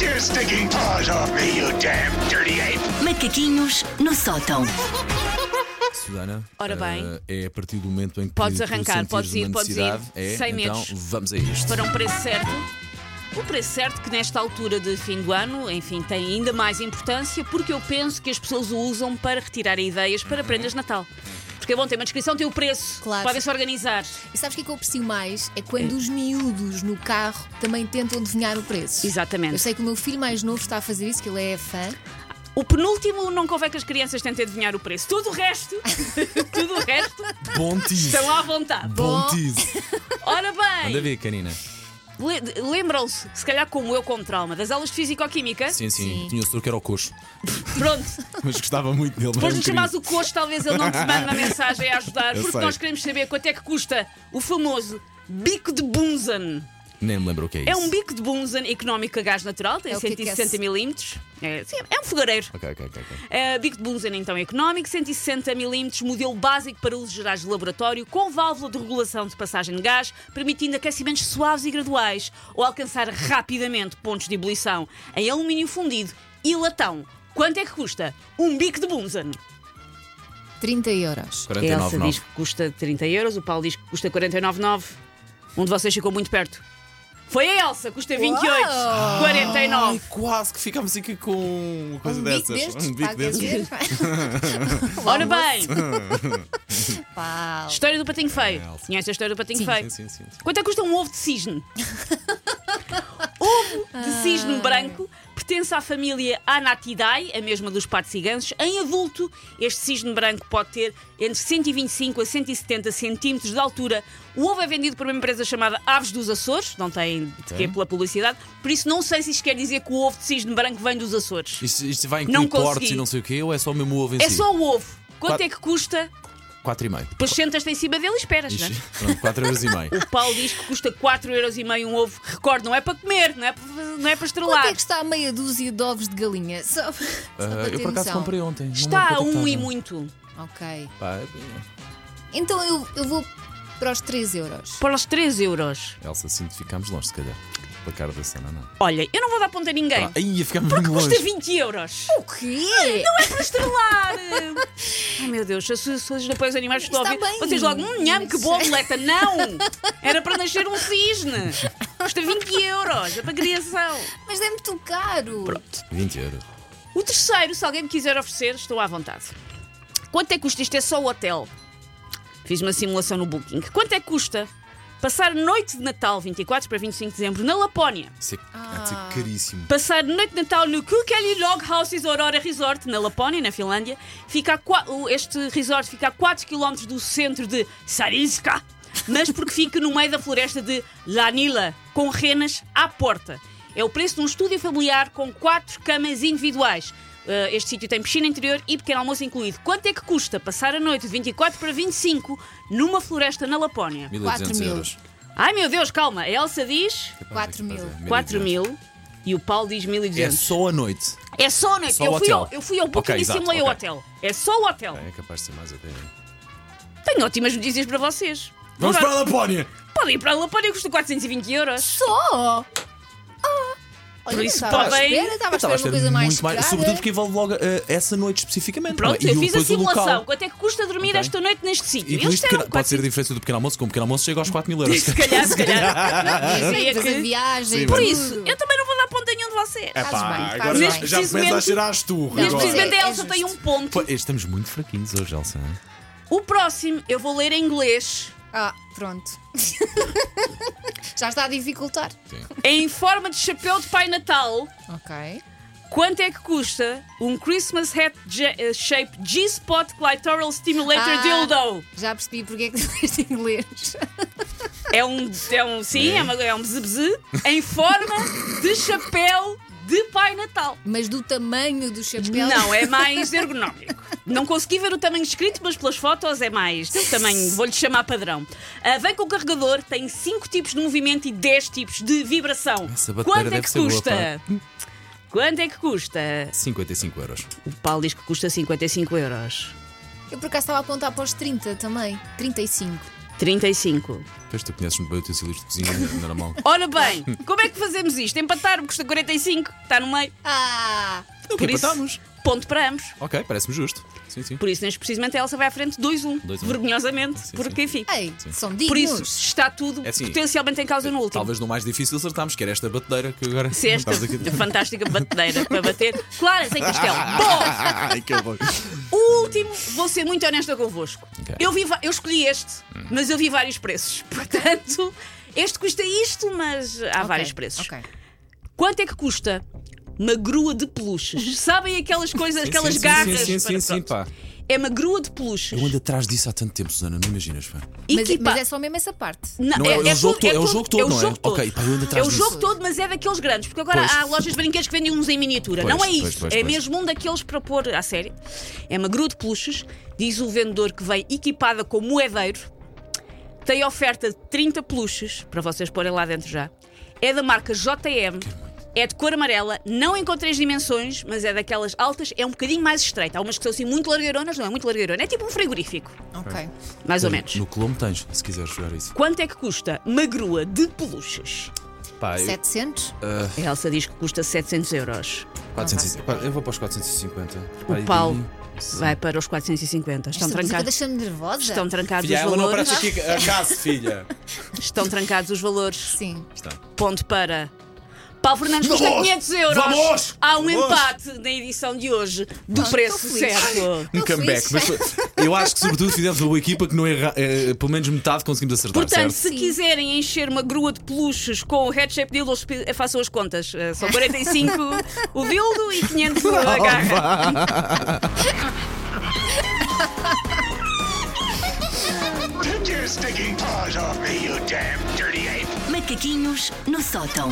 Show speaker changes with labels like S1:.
S1: your stinking paws off me, you damn dirty ape!
S2: Macaquinhos no sótão.
S3: Susana.
S4: Ora
S3: eh,
S4: bem.
S3: é a partir do momento em que
S4: Podes
S3: tu
S4: arrancar,
S3: sentires
S4: podes ir,
S3: uma
S4: podes ir.
S3: necessidade, É,
S4: Sem
S3: então
S4: medos.
S3: vamos a isto.
S4: para um preço certo. O preço certo que nesta altura de fim do ano, enfim, tem ainda mais importância porque eu penso que as pessoas o usam para retirar ideias para prendas de Natal. Porque é bom ter uma descrição, tem o preço,
S5: Claro.
S4: podem-se organizar.
S5: E sabes o que é que eu aprecio mais? É quando os miúdos no carro também tentam adivinhar o preço.
S4: Exatamente.
S5: Eu sei que o meu filho mais novo está a fazer isso, que ele é fã.
S4: O penúltimo não convém que as crianças tentem adivinhar o preço. Tudo o resto, tudo o resto,
S3: Bom tease.
S4: estão à vontade.
S3: Bom tease.
S4: Ora
S3: Anda a
S4: bem,
S3: ver, Canina.
S4: le- lembram-se, se calhar como eu com trauma, das aulas de Físico-Química?
S3: Sim, sim,
S5: Sim.
S3: Tinha o setor que era o coxo.
S4: Pronto,
S3: Mas gostava muito dele.
S4: Depois de
S3: mas
S4: lhe
S3: era um
S4: chamares o coxo, talvez ele não te mande a mensagem a ajudar,
S3: Eu
S4: porque
S3: sei.
S4: nós queremos saber quanto é que custa o famoso bico de Bunsen.
S3: bocadinho. Nem me lembro o que é isso.
S4: É um bico de Bunsen económico a gás natural, tem
S5: É o que
S4: 160
S5: aquece.
S4: milímetros. É, sim, é um fogareiro.
S3: Ok, ok, ok. ok.
S4: Uh, bico de Bunsen então económico, 160 milímetros, modelo básico para usos gerais de laboratório, com válvula de regulação de passagem de gás, permitindo aquecimentos suaves e graduais, ou alcançar rapidamente pontos de ebulição em alumínio fundido e latão. Quanto é que custa um bico de Bunsen?
S5: 30 euros.
S4: A Elsa
S3: 49,9.
S4: diz É que custa 30 euros, o Paulo diz que custa 49,9. Um de vocês ficou muito perto. Foi a Elsa, custa 28,
S5: Uau!
S4: 49.
S3: Ai, quase que ficámos aqui com uma coisa
S5: um bico
S3: dessas.
S5: destes, pá,
S4: Tá,
S5: quer dizer.
S4: Ora bem,
S5: Pau.
S4: história do patinho feio.
S3: Elsa.
S4: Conhece a história do patinho
S3: Sim,
S4: feio?
S3: sim, sim, sim.
S4: Quanto é que custa um ovo de cisne? ovo de cisne branco pertence à família Anatidae, a mesma dos patos gigantes. Em adulto, este cisne branco pode ter entre 125 a 170 centímetros de altura. O ovo é vendido por uma empresa chamada Aves dos Açores, não tem de
S3: Ok.
S4: quê pela publicidade, por isso não sei se isto quer dizer que o ovo de cisne branco vem dos Açores.
S3: Isto, isto vai
S4: Não
S3: incluir cortes
S4: consegui.
S3: e não sei o quê, ou é só o mesmo ovo em
S4: É
S3: si?
S4: só o ovo. Quanto
S3: Quatro-
S4: é que custa?
S3: 4,5.
S4: Depois sentas-te em cima dele e esperas, não é?
S3: Isto- Pronto, 4 euros e meio.
S4: O Paulo diz que custa 4,5€ um ovo. Recorde, não é para comer, não é para, não é para estrelar.
S5: Quanto é que está a meia dúzia de ovos de galinha? Só, só
S3: Ah,
S5: para
S3: eu
S5: ter
S3: por acaso
S5: noção.
S3: comprei ontem. não me
S4: Está a
S3: lembro quanto é
S4: um
S3: que
S4: e
S3: estava.
S4: muito.
S5: Ok.
S3: Pá, é
S5: Então eu, eu vou para os 3 euros.
S4: Para os 3 euros.
S3: Elsa, sinto que ficámos longe, se calhar. Pela cara da cena, não. é?
S4: Olha, eu não vou dar ponta a ninguém.
S3: Ah, Aí ia ficámos muito longe.
S4: Custa 20 euros.
S5: O quê?
S4: Para estrelar. Ai meu Deus, se as pessoas não põem os animais que estão a
S5: Está
S4: ouvir,
S5: bem.
S4: vocês logo, hum, nham, que boleta. Não! Era para nascer um cisne. Custa 20 euros. É para criação.
S5: Mas é muito caro.
S3: 20 euros.
S4: O terceiro, se alguém me quiser oferecer, estou à vontade. Quanto é que custa? Isto é só o hotel. Fiz uma simulação no Booking. Quanto é que custa passar noite de Natal, 24 para 25 de dezembro, na Lapónia?
S3: Isso é, há de ser
S4: Ah.
S3: caríssimo.
S4: Passar noite de Natal no Kukeli Log Houses Aurora Resort, na Lapónia, na Finlândia. Fica a qua- o- este resort fica a 4 km do centro de Sarinska, mas porque fica no meio da floresta de Lanila, com renas à porta. É o preço de um estúdio familiar com 4 camas individuais. Uh, este sítio tem piscina interior e pequeno almoço incluído. Quanto é que custa passar a noite de 24 para 25 numa floresta na Lapónia?
S3: 1200
S5: mil.
S3: euros.
S4: Ai meu Deus, calma, a Elsa diz
S5: 4 mil.
S4: 4 mil e o Paulo diz
S3: É
S4: 1200.
S3: só a noite.
S4: É só a noite.
S3: Só o
S4: eu, fui
S3: hotel.
S4: ao, eu fui ao Booking
S3: Ok,
S4: e
S3: exato,
S4: simulei o
S3: ok.
S4: hotel. É só o hotel.
S3: É capaz de ser mais até.
S4: Tenho ótimas notícias para vocês.
S3: Vamos
S4: Agora,
S3: para a Lapónia!
S4: Podem ir para a Lapónia, custa 420 euros.
S5: Só? Ah! Olha,
S4: Por isso
S5: estava à
S4: podem-
S5: espera, estava à espera de uma coisa mais
S3: muito
S5: cara.
S3: Sobretudo porque envolve logo eh, essa noite especificamente.
S4: Pronto,
S3: não é?
S4: eu
S3: o-
S4: fiz a
S3: depois o local.
S4: simulação. Quanto é que custa dormir
S3: Ok.
S4: esta noite neste sítio?
S3: E com isto
S4: disseram
S3: pequeno- pode ser a diferença do pequeno almoço, com o pequeno almoço chega aos 4 mil euros.
S4: Se calhar, se
S3: É
S4: calhar.
S5: Sim,
S4: Dizia
S5: depois
S4: que-
S5: a viagem.
S3: Sim,
S4: Por
S5: tudo.
S4: isso, eu também não vou dar ponto a nenhum de vocês.
S3: É
S5: Fazes bem, fazes
S3: agora
S5: bem.
S4: já- já começa a cheirar
S3: a esturro.
S5: Não,
S4: Neste
S5: agora.
S4: precisamente a
S5: É
S4: Elsa tem um
S5: justo.
S4: ponto.
S3: Estamos muito fraquinhos hoje, Elsa. é? hein?
S4: O próximo eu vou ler em inglês.
S5: Ah, pronto. Já está a dificultar.
S4: Em forma de chapéu de Pai Natal,
S5: Ok.
S4: Quanto é que custa um Christmas Hat J- eh, Shape G-Spot Clitoral Stimulator
S5: Ah.
S4: Dildo?
S5: Já percebi porque é que tu leste em inglês.
S4: É um, é um sim,
S3: Né?
S4: é, uma, é um bzz em forma de chapéu de Pai Natal.
S5: Mas do tamanho do chapéu.
S4: Não, é mais ergonómico. Não consegui ver o tamanho escrito, mas pelas fotos é mais. Tem o tamanho, vou-lhe chamar padrão. Ah, vem com o carregador, tem 5 tipos de movimento e 10 tipos de vibração.
S3: Essa bateria
S4: Quanto é
S3: deve
S4: que
S3: ser boa,
S4: custa? Quanto é que custa?
S3: 55 euros.
S4: O Paulo diz que custa 55 euros.
S5: é- Eu por acaso estava a apontar para os 30 também. 35.
S4: 35.
S3: Pois tu conheces-me bem utensílios de cozinha, é normal.
S4: Ora bem, como é que fazemos isto? Empatar custa 45, está tá no meio.
S5: Ah!
S3: Não,
S4: Por isso,
S3: empatamos.
S4: ponto para ambos.
S3: Ok, parece-me justo. Sim, sim.
S4: Por isso, neste precisamente, a Elsa vai à frente 2-1,
S3: 2-1.
S4: vergonhosamente,
S3: Sim,
S4: porque
S3: sim.
S4: enfim.
S5: Ei, são dignos.
S4: Por isso, está tudo
S3: É assim,
S4: potencialmente em causa no último.
S3: Talvez no mais difícil acertámos, que era esta batedeira que agora.
S4: Se esta
S3: estamos aqui.
S4: fantástica batedeira para bater, claras em castelo. é um Bom,
S3: Ai, que horror.
S4: o último, vou ser muito honesta convosco.
S3: Ok. Hum.
S4: Eu, vi, va- eu escolhi este, mas eu vi vários preços. Portanto, este custa isto, mas há
S5: Ok,
S4: vários preços.
S5: ok.
S4: Quanto é que custa uma grua de peluches? Sabem aquelas coisas,
S3: Sim,
S4: aquelas
S3: sim, sim,
S4: garras?
S3: Sim, sim,
S4: para-
S3: sim,
S4: pronto.
S3: pá.
S4: É uma grua de peluches.
S3: Eu ando atrás disso há tanto tempo, Susana, não imaginas, pá.
S5: Mas,
S4: Equipa-
S5: mas é só mesmo essa parte.
S4: Não,
S3: Não, é- é o jogo
S4: tudo-
S3: todo, é o
S4: tudo-
S3: jogo todo,
S4: é o
S3: não é?
S4: jogo todo.
S3: Ok, pá, eu ando
S4: É
S3: atrás
S4: o
S3: disso.
S4: jogo todo, mas é daqueles grandes, porque agora
S3: Pois.
S4: há lojas de brinquedos que vendem uns em miniatura.
S3: Pois,
S4: não é isso.
S3: pois, pois,
S4: é
S3: pois.
S4: mesmo um daqueles para pôr à série. É uma grua de peluches, diz o vendedor que vem equipada com moedeiro, tem oferta de 30 peluches, para vocês porem lá dentro já. É da marca JM. É de cor amarela, não encontrei as dimensões, mas é daquelas altas, é um bocadinho mais estreita. Há umas que são assim muito largaronas, não é muito largarona, é tipo um frigorífico,
S5: Ok.
S4: mais
S3: Hum,
S4: ou menos.
S3: No Colombo tens, se quiseres jogar isso.
S4: Quanto é que custa uma grua de peluches?
S3: Pá, eu-
S5: 700?
S4: A Elsa diz que custa 700 euros.
S3: 400 pá, eu vou para os 450.
S4: O Paulo vai para os 450. Estão
S5: Esta música
S4: trancados.
S5: deixa-me nervosa.
S4: Estão trancados
S3: Filha,
S4: os
S3: ela não
S4: valores.
S3: aparece aqui a casa, filha.
S4: Estão trancados os valores.
S5: Sim.
S3: Está.
S4: Ponto para. Paulo Fernandes custa
S1: Vamos!
S4: 500 euros.
S3: Vamos!
S4: Há um
S3: Vamos!
S4: empate na edição de hoje do
S5: Não,
S4: preço
S5: estou feliz.
S4: certo.
S3: Um
S5: Estou
S3: comeback, mas
S5: feliz.
S3: eu acho que sobretudo fizemos uma boa equipa que não erra, eh, pelo menos metade conseguimos acertar,
S4: Portanto,
S3: certo?
S4: se quiserem encher uma grua de peluches com o Head Shape Dildo, espe- façam as contas. Eh, São 45 o dildo e 500 a garra.
S1: Take your stinking paws off me, you damn dirty ape!
S2: Macaquinhos no sótão.